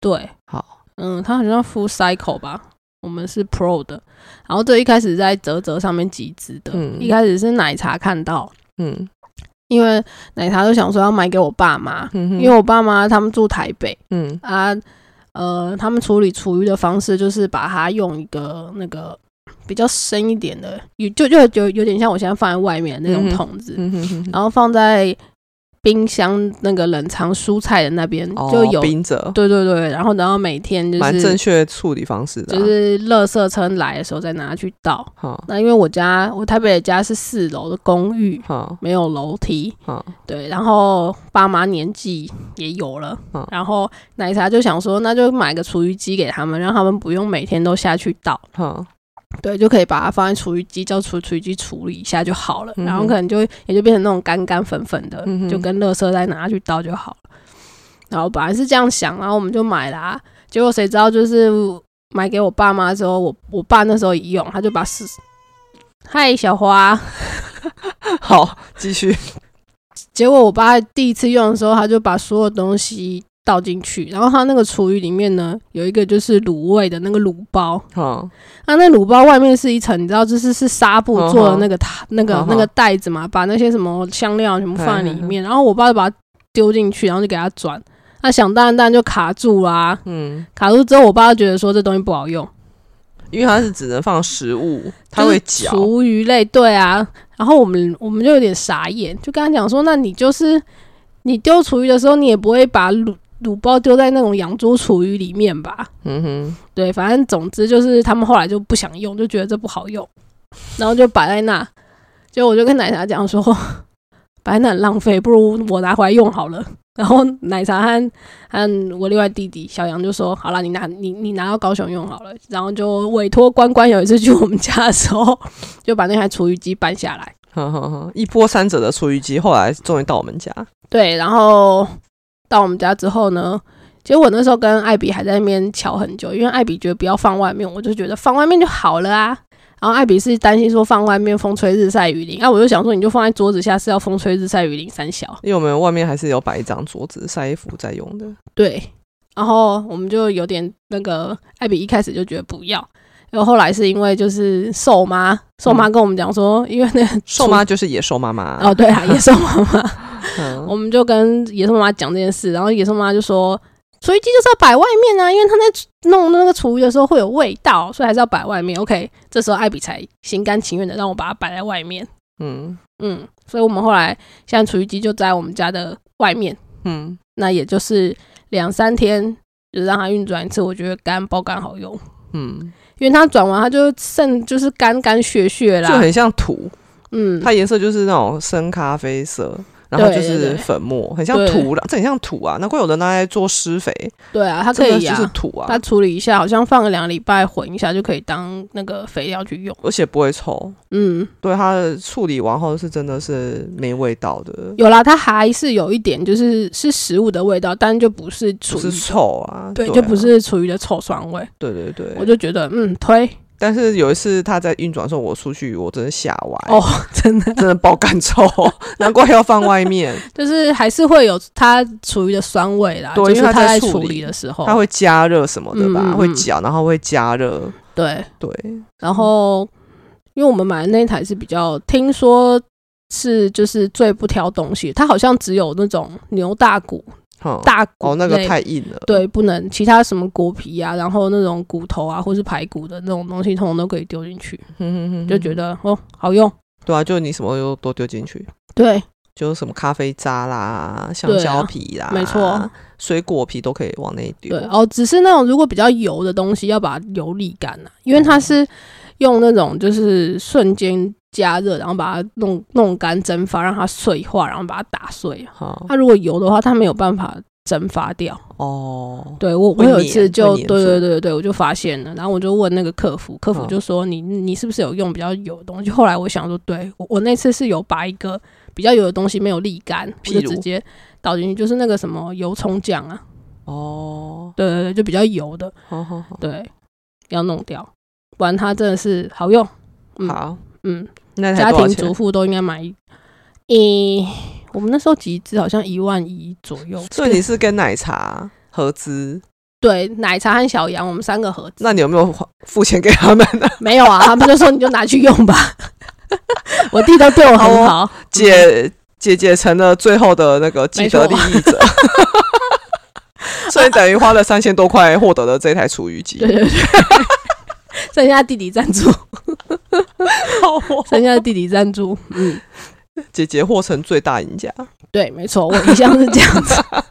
Speaker 1: 对，
Speaker 2: 好，
Speaker 1: 嗯，它好像 Full Cycle 吧，我们是 Pro 的，然后这一开始在泽泽上面集资的，
Speaker 2: 嗯
Speaker 1: 一开始是奶茶看到，
Speaker 2: 嗯，
Speaker 1: 因为奶茶就想说要买给我爸妈，
Speaker 2: 因
Speaker 1: 因为我爸妈他们住台北，
Speaker 2: 嗯
Speaker 1: 啊，呃，他们处理厨余的方式就是把它用一个那个比较深一点的，有就就有有点像我现在放在外面的那种
Speaker 2: 嗯哼
Speaker 1: 桶子，
Speaker 2: 嗯哼哼哼
Speaker 1: 然后放在冰箱那个冷藏蔬菜的那边、就有
Speaker 2: 哦、冰着，
Speaker 1: 对对对，然后然后每天就
Speaker 2: 蛮正
Speaker 1: 是
Speaker 2: 确的处理方式的啊、
Speaker 1: 就是垃圾车来的时候再拿去倒。
Speaker 2: 好
Speaker 1: 那因为我家我台北的家是四楼的公寓，
Speaker 2: 好
Speaker 1: 没有楼梯，
Speaker 2: 好，
Speaker 1: 对，然后爸妈年纪也有了，
Speaker 2: 嗯
Speaker 1: 然后奶茶就想说，那就买个厨余机给他们，让他们不用每天都下去倒，
Speaker 2: 好
Speaker 1: 对，就可以把它放在厨余机，叫厨厨余机处理一下就好了，
Speaker 2: 嗯哼
Speaker 1: 然后可能就也就变成那种干干粉粉的，
Speaker 2: 嗯哼
Speaker 1: 就跟垃圾袋拿去倒就好了。然后本来是这样想，然后我们就买啦、结果谁知道就是买给我爸妈之后，我我爸那时候一用，他就把四，嗨小花。
Speaker 2: 好，继续。
Speaker 1: 结果我爸第一次用的时候，他就把所有东西倒进去，然后他那个厨余里面呢，有一个就是卤味的那个卤包，啊
Speaker 2: 好，
Speaker 1: 那那卤包外面是一层，你知道，就是是纱布做的那个 [LAUGHS] 塔、那个
Speaker 2: 嗯哼
Speaker 1: 那个袋子嘛，把那些什么香料全部放在里
Speaker 2: 嘿嘿
Speaker 1: 面，然后我爸就把它丢进去，然后就给它转，那想当然当然就卡住啦、
Speaker 2: 嗯，
Speaker 1: 卡住之后，我爸就觉得说这东西不好用，
Speaker 2: 因为它是只能放食物，它
Speaker 1: 就是
Speaker 2: 会嚼。
Speaker 1: 厨余类，对啊。然后我们我们就有点傻眼，就跟他讲说，那你就是你丢厨余的时候，你也不会把卤卤包丢在那种养猪厨余里面吧？
Speaker 2: 嗯哼，
Speaker 1: 对，反正总之就是他们后来就不想用，就觉得这不好用，然后就摆在那。结果我就跟奶茶讲说，摆在那很浪费，不如我拿回来用好了。然后奶茶和和我另外弟弟小杨就说：“好啦，你拿你你拿到高雄用好了。”然后就委托关关有一次去我们家的时候，就把那台厨余机搬下来。
Speaker 2: 好好好， [LAUGHS] 一波三折的厨余机，后来终于到我们家。
Speaker 1: 对，然后到我们家之后呢，其实我那时候跟艾比还在那边瞧很久，因为艾比觉得不要放外面，我就觉得放外面就好了啊。然后艾比是担心说放外面风吹日晒雨淋，啊，我就想说你就放在桌子下是要风吹日晒雨淋三小，
Speaker 2: 因为我们外面还是有摆一张桌子晒衣服在用的。
Speaker 1: 对。然后我们就有点那个，艾比一开始就觉得不要，然后后来是因为就是瘦妈，瘦妈跟我们讲说，因为那个
Speaker 2: 嗯瘦妈就是野兽妈妈。
Speaker 1: 哦对啊，野兽妈妈，
Speaker 2: 嗯，
Speaker 1: 我们就跟野兽妈妈讲这件事，然后野兽妈妈就说，厨余机就是要摆外面啊，因为她在弄那个厨余的时候会有味道，所以还是要摆外面。OK，这时候艾比才心甘情愿的让我把它摆在外面。
Speaker 2: 嗯
Speaker 1: 嗯，所以我们后来现在厨余机就在我们家的外面，
Speaker 2: 嗯，
Speaker 1: 那也就是两三天就让它运转一次，我觉得干爆干好用，
Speaker 2: 嗯，
Speaker 1: 因为它转完它就剩就是干干血血
Speaker 2: 就
Speaker 1: 啦。
Speaker 2: 很像土，
Speaker 1: 嗯，
Speaker 2: 它颜色就是那种深咖啡色，然后
Speaker 1: 对
Speaker 2: 就
Speaker 1: 对
Speaker 2: 是
Speaker 1: 对
Speaker 2: 粉末，很像
Speaker 1: 对
Speaker 2: 土壤，这很像土啊。难怪有人拿来做施肥，
Speaker 1: 对啊，它可
Speaker 2: 这个
Speaker 1: 以
Speaker 2: 就是
Speaker 1: 啊，
Speaker 2: 土啊
Speaker 1: 它，处理一下，好像放个两个礼拜混一下就可以当那个肥料去用。
Speaker 2: 而且不会臭。
Speaker 1: 嗯，
Speaker 2: 对它的处理完后是真的是没味道的，
Speaker 1: 有啦，它还是有一点，就是是食物的味道，但就不是厨
Speaker 2: 不
Speaker 1: 余
Speaker 2: 是
Speaker 1: 的，
Speaker 2: 臭啊，
Speaker 1: 对，
Speaker 2: 啊
Speaker 1: 就不，是厨余的臭酸味。
Speaker 2: 对对对。
Speaker 1: 我就觉得，嗯，推
Speaker 2: 但是有一次它在运转的时候，我出去我真的吓歪，
Speaker 1: 哦， [LAUGHS] 真的
Speaker 2: 真的爆
Speaker 1: [LAUGHS]
Speaker 2: 干臭，难怪要放外面，
Speaker 1: 就是还是会有它厨余的酸味啦，
Speaker 2: 对
Speaker 1: 就
Speaker 2: 因
Speaker 1: 是
Speaker 2: 为它
Speaker 1: 它
Speaker 2: 在
Speaker 1: 在
Speaker 2: 处
Speaker 1: 处
Speaker 2: 理
Speaker 1: 理的时候，
Speaker 2: 它会加热什么的吧，
Speaker 1: 哦嗯嗯嗯
Speaker 2: 会搅，然后会加热，
Speaker 1: 对，
Speaker 2: 对，
Speaker 1: 然后因为我们买的那一台是比较，听说是就是最不挑东西，它好像只有那种牛大骨、
Speaker 2: 哼，
Speaker 1: 大骨
Speaker 2: 哦那个
Speaker 1: 类
Speaker 2: 太硬了，，
Speaker 1: 对，不能其他什么果皮啊，然后那种骨头啊，或是排骨的那种东西，通通都可以丢进去，就觉得哦好用。
Speaker 2: 对啊，就你什么都都丢进去，
Speaker 1: 对，
Speaker 2: 就是什么咖啡渣啦、香
Speaker 1: 对啊
Speaker 2: 蕉皮啦，
Speaker 1: 没错，
Speaker 2: 水果皮都可以往内丢
Speaker 1: 对，哦，只是那种如果比较油的东西，要把油沥干啊，因为它是用那种就是瞬间加热，然后把它弄弄干蒸发，让它碎化，然后把它打碎啊。
Speaker 2: 好
Speaker 1: 它如果油的话，它没有办法蒸发掉。
Speaker 2: 哦，
Speaker 1: 对我，我
Speaker 2: 会
Speaker 1: 有一
Speaker 2: 粘
Speaker 1: 次
Speaker 2: 会
Speaker 1: 就
Speaker 2: 粘
Speaker 1: 对对对
Speaker 2: 住
Speaker 1: 对对，我就发现了，然后我就问那个客服，客服
Speaker 2: 嗯
Speaker 1: 就说你你是不是有用比较油的东西？后来我想说，对我我那次是有把一个比较油的东西没有沥干，我
Speaker 2: 譬
Speaker 1: 就
Speaker 2: 如
Speaker 1: 直接倒进去，就是那个什么油葱酱啊，
Speaker 2: 哦，
Speaker 1: 对对对，就比较油的，
Speaker 2: 好好好，
Speaker 1: 对，要弄掉，不然它真的是好用，嗯
Speaker 2: 好，
Speaker 1: 嗯，
Speaker 2: 那
Speaker 1: 家
Speaker 2: 台多少
Speaker 1: 庭
Speaker 2: 钱
Speaker 1: 主？妇都应该买一。诶、我们那时候集资好像一万一左右，
Speaker 2: 所以你是跟奶茶合资，
Speaker 1: 对奶茶和小羊，我们三个合
Speaker 2: 那你有没有花付钱给他们呢、
Speaker 1: 没有啊，他们就说你就拿去用吧。 [LAUGHS] 我弟都对我很好，
Speaker 2: 哦
Speaker 1: 嗯
Speaker 2: [LAUGHS] 姐姐姐成了最后的那个既得利益者， [LAUGHS] 所以等于花了 [LAUGHS] 三千多块获得了这台厨余
Speaker 1: 对 [LAUGHS]
Speaker 2: 机。
Speaker 1: 对对，剩下弟弟赞助。
Speaker 2: 我，
Speaker 1: 剩下的弟弟赞助，嗯，
Speaker 2: 姐姐获成最大赢家。
Speaker 1: 对，没错，我一向是这样子。 [LAUGHS]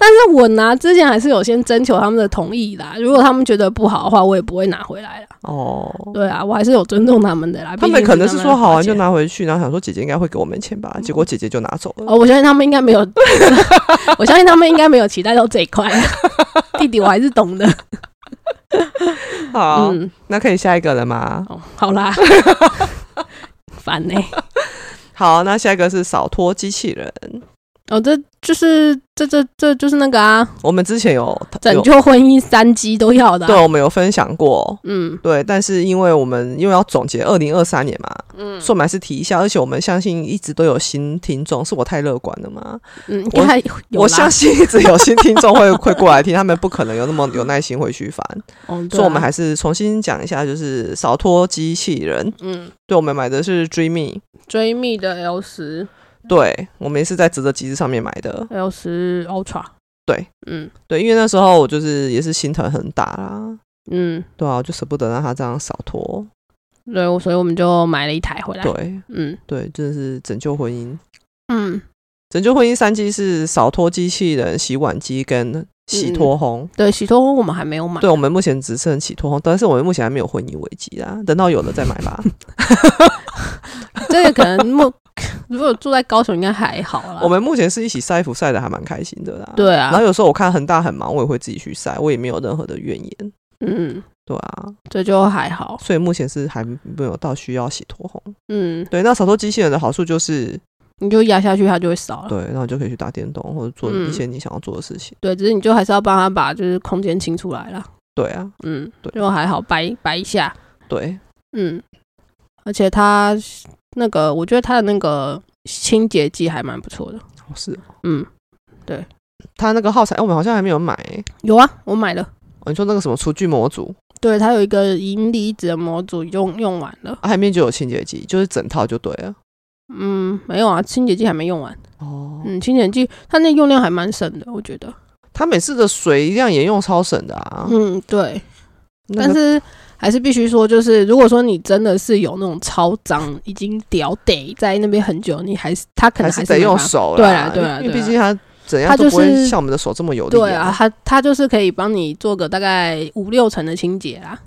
Speaker 1: 但是我拿之前还是有先征求他们的同意啦，如果他们觉得不好的话，我也不会拿回来啦。
Speaker 2: 哦，
Speaker 1: 对啊，我还是有尊重他们的啦。
Speaker 2: 他
Speaker 1: 毕
Speaker 2: 们
Speaker 1: 竟
Speaker 2: 可
Speaker 1: 是
Speaker 2: 能是说好
Speaker 1: 花
Speaker 2: 玩
Speaker 1: 钱
Speaker 2: 就。拿回去，然后想说姐姐应该会给我们钱吧，结果姐姐就拿走了。
Speaker 1: 嗯哦，我相信他们应该没
Speaker 2: [LAUGHS]
Speaker 1: 有，我相信他们应该没有期待到这一块。啊弟弟，我还是懂的。
Speaker 2: 好，
Speaker 1: 嗯，
Speaker 2: 那可以下一个了吗？
Speaker 1: 哦，好
Speaker 2: [LAUGHS]
Speaker 1: 啦，烦欸呢、
Speaker 2: 好，那下一个是扫拖机器人。
Speaker 1: 哦，这就是这这这就是那个啊，
Speaker 2: 我们之前有
Speaker 1: 拯
Speaker 2: 有
Speaker 1: 救婚姻三击都要的啊、
Speaker 2: 对，哦我们有分享过。
Speaker 1: 嗯
Speaker 2: 对，但是因为我们因为要总结二零二三年嘛，嗯，所以我们还是提一下，而且我们相信一直都有新听众，是我太乐观了吗？
Speaker 1: 嗯，应该有
Speaker 2: 我
Speaker 1: 啦
Speaker 2: 相信一直有新听众会会过来听，他们不可能有那么有耐心回去翻，
Speaker 1: 哦，对
Speaker 2: 所以我
Speaker 1: 啊
Speaker 2: 们还是重新讲一下，就是扫拖机器人，
Speaker 1: 嗯
Speaker 2: 对我们买的是 Dreamy，
Speaker 1: 追觅的 L 十
Speaker 2: 对我们也是在值得机制上面买的，
Speaker 1: L 十 Ultra，
Speaker 2: 对，
Speaker 1: 嗯
Speaker 2: 对，因为那时候我就是也是心疼很大啦，
Speaker 1: 嗯，
Speaker 2: 对啊，就舍不得让他这样扫拖，
Speaker 1: 对，我所以我们就买了一台回来，
Speaker 2: 对
Speaker 1: 嗯
Speaker 2: 对，真的是拯救婚姻。
Speaker 1: 嗯，
Speaker 2: 拯救婚姻三机是扫拖机器人、洗碗机跟
Speaker 1: 嗯
Speaker 2: 洗脱烘。
Speaker 1: 对，洗脱烘我们还没有买，
Speaker 2: 对，我们目前只剩洗脱烘，但是我们目前还没有婚姻危机啊，等到有了再买吧。
Speaker 1: 这个可能目 [LAUGHS] 如果住在高雄应该还 [LAUGHS] 好啦，
Speaker 2: 我们目前是一起晒衣服晒的还蛮开心的啦。、
Speaker 1: 对
Speaker 2: 然
Speaker 1: 啊
Speaker 2: 后，有时候我看恒大很忙，我也会自己去晒，我也没有任何的怨言。
Speaker 1: 嗯，
Speaker 2: 对啊，
Speaker 1: 这就还好，
Speaker 2: 所以目前是还没有到需要洗脱烘。
Speaker 1: 嗯，
Speaker 2: 对，那扫拖机器人的好处就是，
Speaker 1: 你就压下去它就会少了，
Speaker 2: 对，然后就可以去打电动或者做一些
Speaker 1: 嗯
Speaker 2: 你想要做的事情。
Speaker 1: 对，只是你就还是要帮它把就是空间清出来啦，
Speaker 2: 对啊，
Speaker 1: 嗯，
Speaker 2: 对
Speaker 1: 就还好摆摆一下，
Speaker 2: 对，
Speaker 1: 嗯，而且它那个我觉得它的那个清洁剂还蛮不错的，
Speaker 2: 哦是哦
Speaker 1: 嗯，
Speaker 2: 它那个耗材，哎我们好像还没有买、
Speaker 1: 有啊，我买了。
Speaker 2: 哦你说那个什么厨具模组，
Speaker 1: 对，它有一个银离子的模组用用完了。
Speaker 2: 啊，海面就有清洁剂，就是整套就对了。
Speaker 1: 嗯，没有啊，清洁剂还没用完。
Speaker 2: 哦，
Speaker 1: 嗯，清洁剂它那用量还蛮省的，我觉得。
Speaker 2: 它每次的水量也用超省的啊。
Speaker 1: 嗯，对。
Speaker 2: 那
Speaker 1: 但
Speaker 2: 个
Speaker 1: 是还是必须说，就是如果说你真的是有那种超脏，已经屌得在那边很久，你还是它可
Speaker 2: 还
Speaker 1: 能
Speaker 2: 是
Speaker 1: 还
Speaker 2: 得
Speaker 1: 没
Speaker 2: 用
Speaker 1: 办法
Speaker 2: 手啦，
Speaker 1: 对啊对啊
Speaker 2: 因为
Speaker 1: 对啊
Speaker 2: 毕竟它怎样
Speaker 1: 它
Speaker 2: 都
Speaker 1: 就
Speaker 2: 不会
Speaker 1: 是
Speaker 2: 像我们的手这么有力、
Speaker 1: 对啊，，它它就是可以帮你做个大概五六成的清洁啦。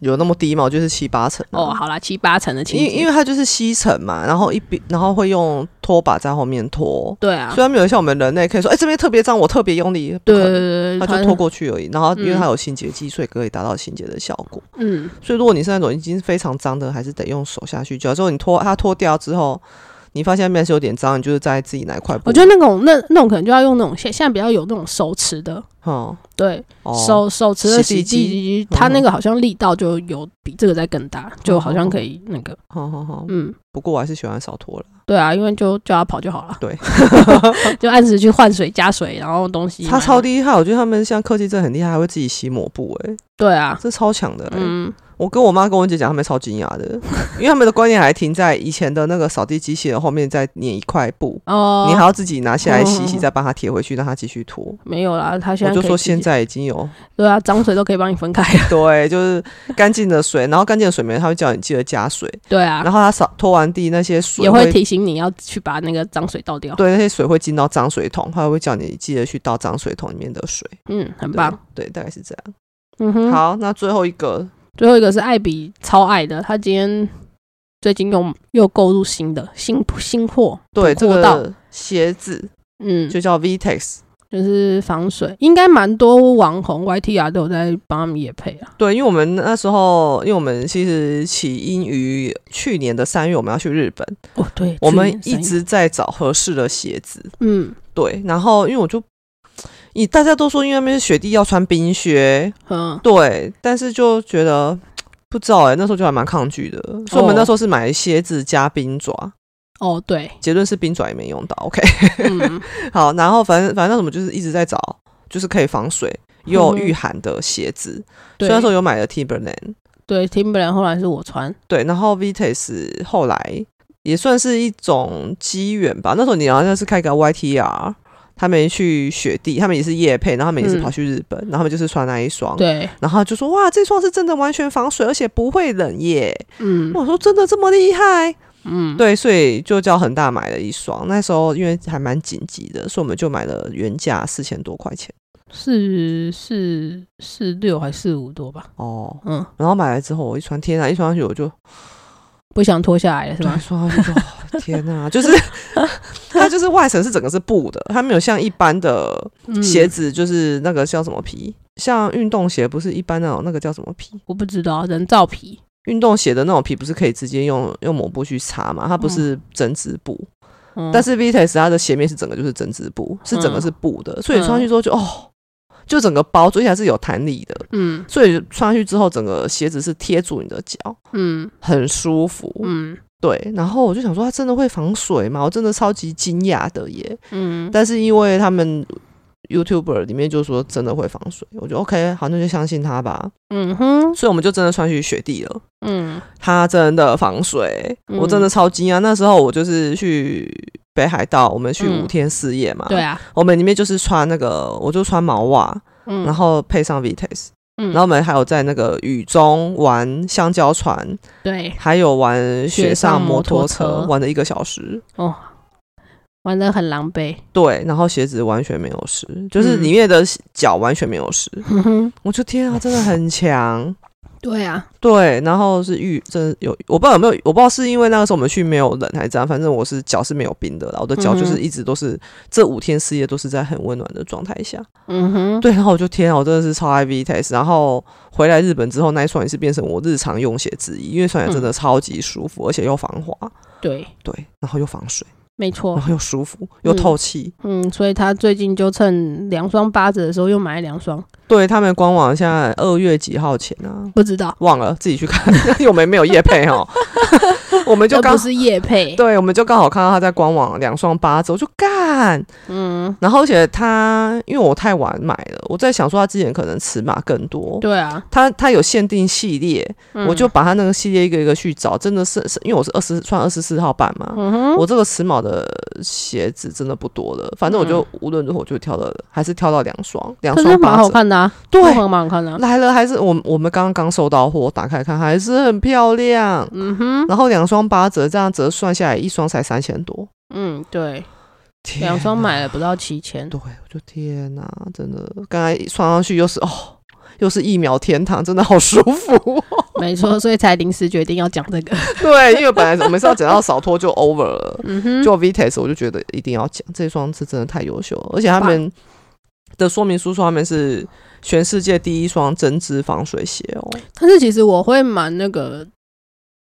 Speaker 2: 有那么低吗？就是七八成啊、
Speaker 1: 哦，好啦，七八成的清
Speaker 2: 因
Speaker 1: 洁。
Speaker 2: 为因为它就是吸尘嘛，然后一边然后会用拖把在后面拖，
Speaker 1: 对啊，
Speaker 2: 虽然没有像我们人类可以说，哎、这边特别脏，我特别用力，不
Speaker 1: 对
Speaker 2: 可
Speaker 1: 对
Speaker 2: 能。
Speaker 1: 对对，
Speaker 2: 它
Speaker 1: 它
Speaker 2: 就拖过去而已，然后因为
Speaker 1: 嗯
Speaker 2: 它有清洁剂，所以可以达到清洁的效果。
Speaker 1: 嗯，
Speaker 2: 所以如果你是那种已经非常脏的，还是得用手下去浇。之后你脱它脱掉之后，你发现面是有点脏，你就是在自己拿一块布。
Speaker 1: 我觉得那种那那种可能就要用那种现现在比较有那种手持的，
Speaker 2: 嗯，
Speaker 1: 对，
Speaker 2: 哦，
Speaker 1: 手手持的
Speaker 2: 洗
Speaker 1: 洗
Speaker 2: 地机
Speaker 1: 地机，
Speaker 2: 嗯
Speaker 1: 它那个好像力道就有比这个再更大，就好像
Speaker 2: 嗯
Speaker 1: 可以那个，
Speaker 2: 好好好，
Speaker 1: 嗯，
Speaker 2: 不过我还是喜欢少拖了。
Speaker 1: 对啊，因为就叫它跑就好了，
Speaker 2: 对，
Speaker 1: [LAUGHS] 就按时去换水加水，然后东西
Speaker 2: 他超
Speaker 1: 低，
Speaker 2: 厉害，我觉得他们像科技真的很厉害，还会自己洗抹布、欸，
Speaker 1: 对啊，
Speaker 2: 这超强的、欸。
Speaker 1: 嗯，
Speaker 2: 我跟我妈跟我姐讲，他们超惊
Speaker 1: [LAUGHS]
Speaker 2: 讶的，因为他们的观念还停在以前的那个扫地机器人后面再粘一块布。
Speaker 1: 哦，
Speaker 2: 你还要自己拿下来洗一洗，
Speaker 1: 嗯
Speaker 2: 再帮它贴回去，让它继续
Speaker 1: [LAUGHS]
Speaker 2: 拖。
Speaker 1: 没有啦，它现
Speaker 2: 我
Speaker 1: 在
Speaker 2: 就
Speaker 1: 可以
Speaker 2: 说
Speaker 1: 自己
Speaker 2: 现在已经有
Speaker 1: 对啊，脏水都可以帮你分开，
Speaker 2: 对，就是干净的水，然后干净的水面它会叫你记得加水，
Speaker 1: [LAUGHS] 对啊，
Speaker 2: 然后它扫拖完地那些水
Speaker 1: 也会提醒你要去把那个脏水倒掉，
Speaker 2: 对那些水会进到脏水桶，它会叫你记得去倒脏水桶里面的水。
Speaker 1: 嗯，很
Speaker 2: 对
Speaker 1: 棒，
Speaker 2: 对，大概是这样。
Speaker 1: 嗯哼，，
Speaker 2: 好，那最后一个
Speaker 1: 最后一个是艾比超爱的，他今天最近又又购入新的新新货，
Speaker 2: 对这
Speaker 1: 补货到
Speaker 2: 个鞋子
Speaker 1: 嗯，
Speaker 2: 就叫 Vtex。
Speaker 1: 就是防水，应该蛮多网红 YTR 都有在帮他们也配啊。
Speaker 2: 对，因为我们那时候，因为我们其实起因于去年的三月，我们要去日本，
Speaker 1: 哦，对，
Speaker 2: 我
Speaker 1: 去
Speaker 2: 们
Speaker 1: 年
Speaker 2: 一
Speaker 1: 生意
Speaker 2: 直在找合适的鞋子。
Speaker 1: 嗯
Speaker 2: 对，然后因为我就，你大家都说因为那边是雪地要穿冰靴，
Speaker 1: 嗯
Speaker 2: 对，但是就觉得不知道哎、那时候就还蛮抗拒的，所以我们
Speaker 1: 哦
Speaker 2: 那时候是买鞋子加冰爪，
Speaker 1: 哦对，
Speaker 2: 结论是冰爪也没用到。OK， [LAUGHS]
Speaker 1: 嗯
Speaker 2: 好，然后反正反正那什么就是一直在找，就是可以防水
Speaker 1: [LAUGHS]
Speaker 2: 又有御
Speaker 1: 嗯
Speaker 2: 寒的鞋子，
Speaker 1: 对
Speaker 2: 所 [LAUGHS] 以那时候有买了 Timberland，
Speaker 1: 对 Timberland 后来是我穿，
Speaker 2: 对，然后 Vitas 后来也算是一种机缘吧，那时候你好像是开个 YTR。他们去雪地，他们也是夜配，然后他们也是
Speaker 1: 嗯
Speaker 2: 跑去日本，然后他们就是穿那一双，
Speaker 1: 对，
Speaker 2: 然后就说哇，这双是真的完全防水，而且不会冷耶。
Speaker 1: 嗯
Speaker 2: 我说真的这么厉害？
Speaker 1: 嗯，
Speaker 2: 对，所以就叫恒大买了一双。那时候因为还蛮紧急的，所以我们就买了原价四千多块钱
Speaker 1: 四四四六还四五多吧，
Speaker 2: 哦。
Speaker 1: 嗯，
Speaker 2: 然后买来之后，我一穿，天啊！一穿上去我就
Speaker 1: 不想脱下来了是
Speaker 2: 对
Speaker 1: 吧？
Speaker 2: 穿上去就、哦、天啊， [LAUGHS] 就是它就是外层是整个是布的，它没有像一般的
Speaker 1: 嗯
Speaker 2: 鞋子，就是那个叫什么皮，像运动鞋不是一般那种那个叫什么皮，
Speaker 1: 我不知道，人造皮，
Speaker 2: 运动鞋的那种皮不是可以直接用用抹布去擦嘛？它不是针织布，
Speaker 1: 嗯
Speaker 2: 但是 Vitas 它的鞋面是整个就是针织布，是整个是布的，所以
Speaker 1: 嗯
Speaker 2: 穿上去之后就、哦，就整个包住，而且还是有弹力的，
Speaker 1: 嗯
Speaker 2: 所以穿上去之后整个鞋子是贴住你的脚，
Speaker 1: 嗯
Speaker 2: 很舒服。
Speaker 1: 嗯
Speaker 2: 对，然后我就想说它真的会防水吗？我真的超级惊讶的耶！
Speaker 1: 嗯，
Speaker 2: 但是因为他们 YouTuber 里面就说真的会防水，我就 OK，好，那就相信它吧。
Speaker 1: 嗯哼，
Speaker 2: 所以我们就真的穿去雪地了。
Speaker 1: 嗯
Speaker 2: 它真的防水，
Speaker 1: 嗯
Speaker 2: 我真的超惊讶。那时候我就是去北海道，我们去
Speaker 1: 嗯
Speaker 2: 五天四夜嘛，
Speaker 1: 对啊，
Speaker 2: 我们里面就是穿那个，我就穿毛袜，
Speaker 1: 嗯，
Speaker 2: 然后配上 Vitas，、
Speaker 1: 嗯
Speaker 2: 然后我们还有在那个雨中玩香蕉船，
Speaker 1: 对
Speaker 2: 还有玩雪上摩托
Speaker 1: 雪上摩托车
Speaker 2: 玩了一个小时。
Speaker 1: 哦，玩的很狼狈，
Speaker 2: 对，然后鞋子完全没有湿，就是
Speaker 1: 嗯
Speaker 2: 里面的脚完全没有湿。
Speaker 1: 嗯哼，
Speaker 2: 我就天啊，真的很强。
Speaker 1: 对啊，
Speaker 2: 对，然后是遇真的有，我不知道有没有，我不知道是因为那个时候我们去没有冷还是怎样，反正我是脚是没有冰的啦，我的脚就是
Speaker 1: 嗯哼
Speaker 2: 一直都是、这五天四夜都是在很温暖的状态下。
Speaker 1: 嗯哼，
Speaker 2: 对，然后我就天啊，我真的是超爱 Vtest，然后回来日本之后那一双也是变成我日常用鞋之一，因为穿起来
Speaker 1: 嗯
Speaker 2: 真的超级舒服，而且又防滑，
Speaker 1: 对，
Speaker 2: 对，然后又防水，
Speaker 1: 没
Speaker 2: 然
Speaker 1: 错，
Speaker 2: 后又舒服，又透气。
Speaker 1: 哦嗯，所以他最近就趁两双八折的时候又买了两双，
Speaker 2: 对他们官网现在二月几号前啊？
Speaker 1: 不知道，
Speaker 2: 忘了自己去看， [LAUGHS] 因为我们没有夜
Speaker 1: [LAUGHS]
Speaker 2: 配哦，我们就
Speaker 1: 这
Speaker 2: 刚
Speaker 1: 不是夜配，
Speaker 2: 对，我们就刚好看到他在官网两双八折，我就干。
Speaker 1: 嗯，
Speaker 2: 然后而且他因为我太晚买了，我在想说他之前可能尺码更多。
Speaker 1: 对啊，
Speaker 2: 他他有限定系列，
Speaker 1: 嗯
Speaker 2: 我就把他那个系列一个一个去找，真的是是因为我是二十穿二十四号版嘛，
Speaker 1: 嗯哼，
Speaker 2: 我这个尺码的鞋子真的不多了，反正我就、无论如何我就挑了，还是挑到两双，两
Speaker 1: 嗯可
Speaker 2: 双
Speaker 1: 是蛮
Speaker 2: 八
Speaker 1: 好
Speaker 2: 折，
Speaker 1: 看的啊，
Speaker 2: 对
Speaker 1: 真的蛮好看的啊，
Speaker 2: 来了还是我们我们刚刚刚收到货，打开看还是很漂亮，
Speaker 1: 嗯哼，
Speaker 2: 然后两双八折这样折算下来，一双才三千多，
Speaker 1: 嗯，对，
Speaker 2: 天
Speaker 1: 两双
Speaker 2: 哪
Speaker 1: 买了不到七千，
Speaker 2: 对，我就天哪，真的，刚才穿上去又是哦，又是一秒天堂，真的好舒服、
Speaker 1: [LAUGHS] 没错，所以才临时决定要讲这
Speaker 2: [LAUGHS]
Speaker 1: 个，
Speaker 2: 对，因为本来我们是要讲到扫脱就 over 了，
Speaker 1: 嗯哼，
Speaker 2: 就 Vitas 我就觉得一定要讲，这双是真的太优秀了，而且他们的说明书说他们是全世界第一双针织防水鞋哦。
Speaker 1: 但是其实我会蛮那个，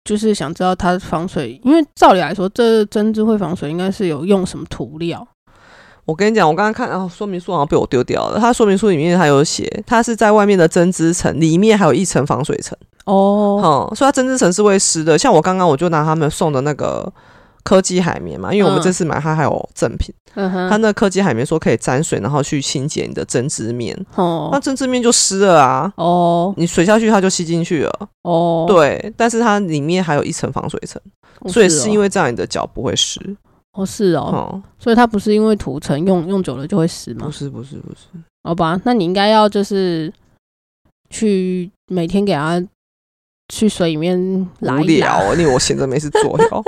Speaker 1: 就是想知道它防水，因为照理来说，这针织会防水应该是有用什么涂料。
Speaker 2: 我跟你讲，我刚刚看啊，说明书好像被我丢掉了。它说明书里面还有写，它是在外面的针织层，里面还有一层防水层。
Speaker 1: 哦，
Speaker 2: 嗯，所以它针织层是会湿的。像我刚刚我就拿他们送的那个科技海绵嘛，因为我们
Speaker 1: 嗯
Speaker 2: 这次买它还有赠品，
Speaker 1: 嗯
Speaker 2: 它
Speaker 1: 哼，
Speaker 2: 那科技海绵说可以沾水，然后去清洁你的针织面，那
Speaker 1: 哦，
Speaker 2: 针织面就湿了啊。
Speaker 1: 哦，
Speaker 2: 你水下去，它就吸进去了。
Speaker 1: 哦，
Speaker 2: 对，但是它里面还有一层防水层，
Speaker 1: 哦，
Speaker 2: 所以是因
Speaker 1: 为
Speaker 2: 为这样你的脚不会湿。
Speaker 1: 哦是哦，嗯
Speaker 2: 哦，
Speaker 1: 所以它不是因为涂层用用久了就会湿
Speaker 2: 不
Speaker 1: 吗？
Speaker 2: 是不是不是，
Speaker 1: 好吧，那你应该要就是去每天给它去水里面
Speaker 2: 无
Speaker 1: 拉一
Speaker 2: 聊
Speaker 1: 拉。
Speaker 2: 哦， [LAUGHS] 因为我闲着没事做
Speaker 1: [LAUGHS]
Speaker 2: 哟。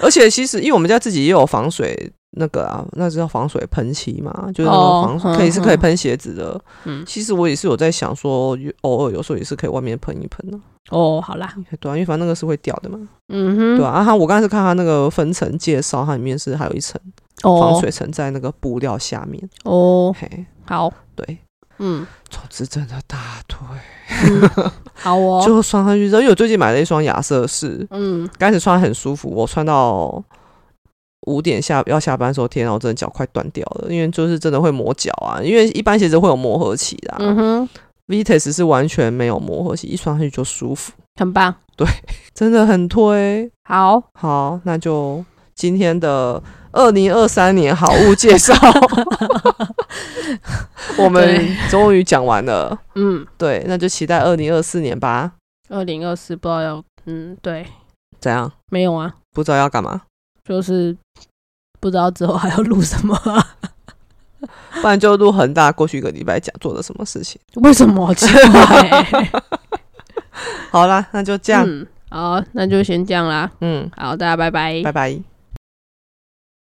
Speaker 2: 而且其实因为我们家自己也有防水那个啊，那是叫防水喷漆嘛，就是那
Speaker 1: 哦
Speaker 2: 种防、
Speaker 1: 嗯
Speaker 2: 可以是
Speaker 1: 嗯
Speaker 2: 可以喷鞋子的。
Speaker 1: 嗯
Speaker 2: 其实我也是有在想说，有偶尔有时候也是可以外面喷一喷的、
Speaker 1: 哦，好啦，
Speaker 2: 对啊，因为反正那个是会掉的嘛，
Speaker 1: 嗯哼，
Speaker 2: 对啊。啊，它我刚才是看它那个分层介绍，它里面是还有一层防
Speaker 1: 哦
Speaker 2: 水层在那个布料下面，
Speaker 1: 哦，
Speaker 2: 嘿，
Speaker 1: 好，
Speaker 2: 对。
Speaker 1: 嗯，
Speaker 2: 总之，真的大腿，
Speaker 1: 嗯好哦，
Speaker 2: 就穿上去之后，因为我最近买了一双亚瑟士，
Speaker 1: 嗯，
Speaker 2: 刚开始穿很舒服，我穿到五点下要下班的时候，天啊，我真的脚快断掉了，因为就是真的会磨脚啊，因为一般鞋子会有磨合期的、
Speaker 1: 嗯哼，
Speaker 2: Vitas 是完全没有磨合期，一穿上去就舒服，
Speaker 1: 很棒。
Speaker 2: 真的很推。
Speaker 1: 好，
Speaker 2: 好，那就今天的二零二三年好物
Speaker 1: [LAUGHS]
Speaker 2: 介绍，我们
Speaker 1: 对
Speaker 2: 终于讲完了。
Speaker 1: 嗯，
Speaker 2: 对，那就期待二零二四年吧。
Speaker 1: 二零二四不知道要，嗯，对，
Speaker 2: 怎样？
Speaker 1: 没有啊，
Speaker 2: 不知道要干嘛？
Speaker 1: 就是不知道之后还要录什么啊、 [LAUGHS]
Speaker 2: 不然就录恒大过去一个礼拜讲做的什么事情。
Speaker 1: 为什么？奇怪，
Speaker 2: [LAUGHS] 好啦，那就这样，
Speaker 1: 嗯，好，那就先这样啦。嗯
Speaker 2: 嗯，
Speaker 1: 好，大家拜拜
Speaker 2: 拜拜。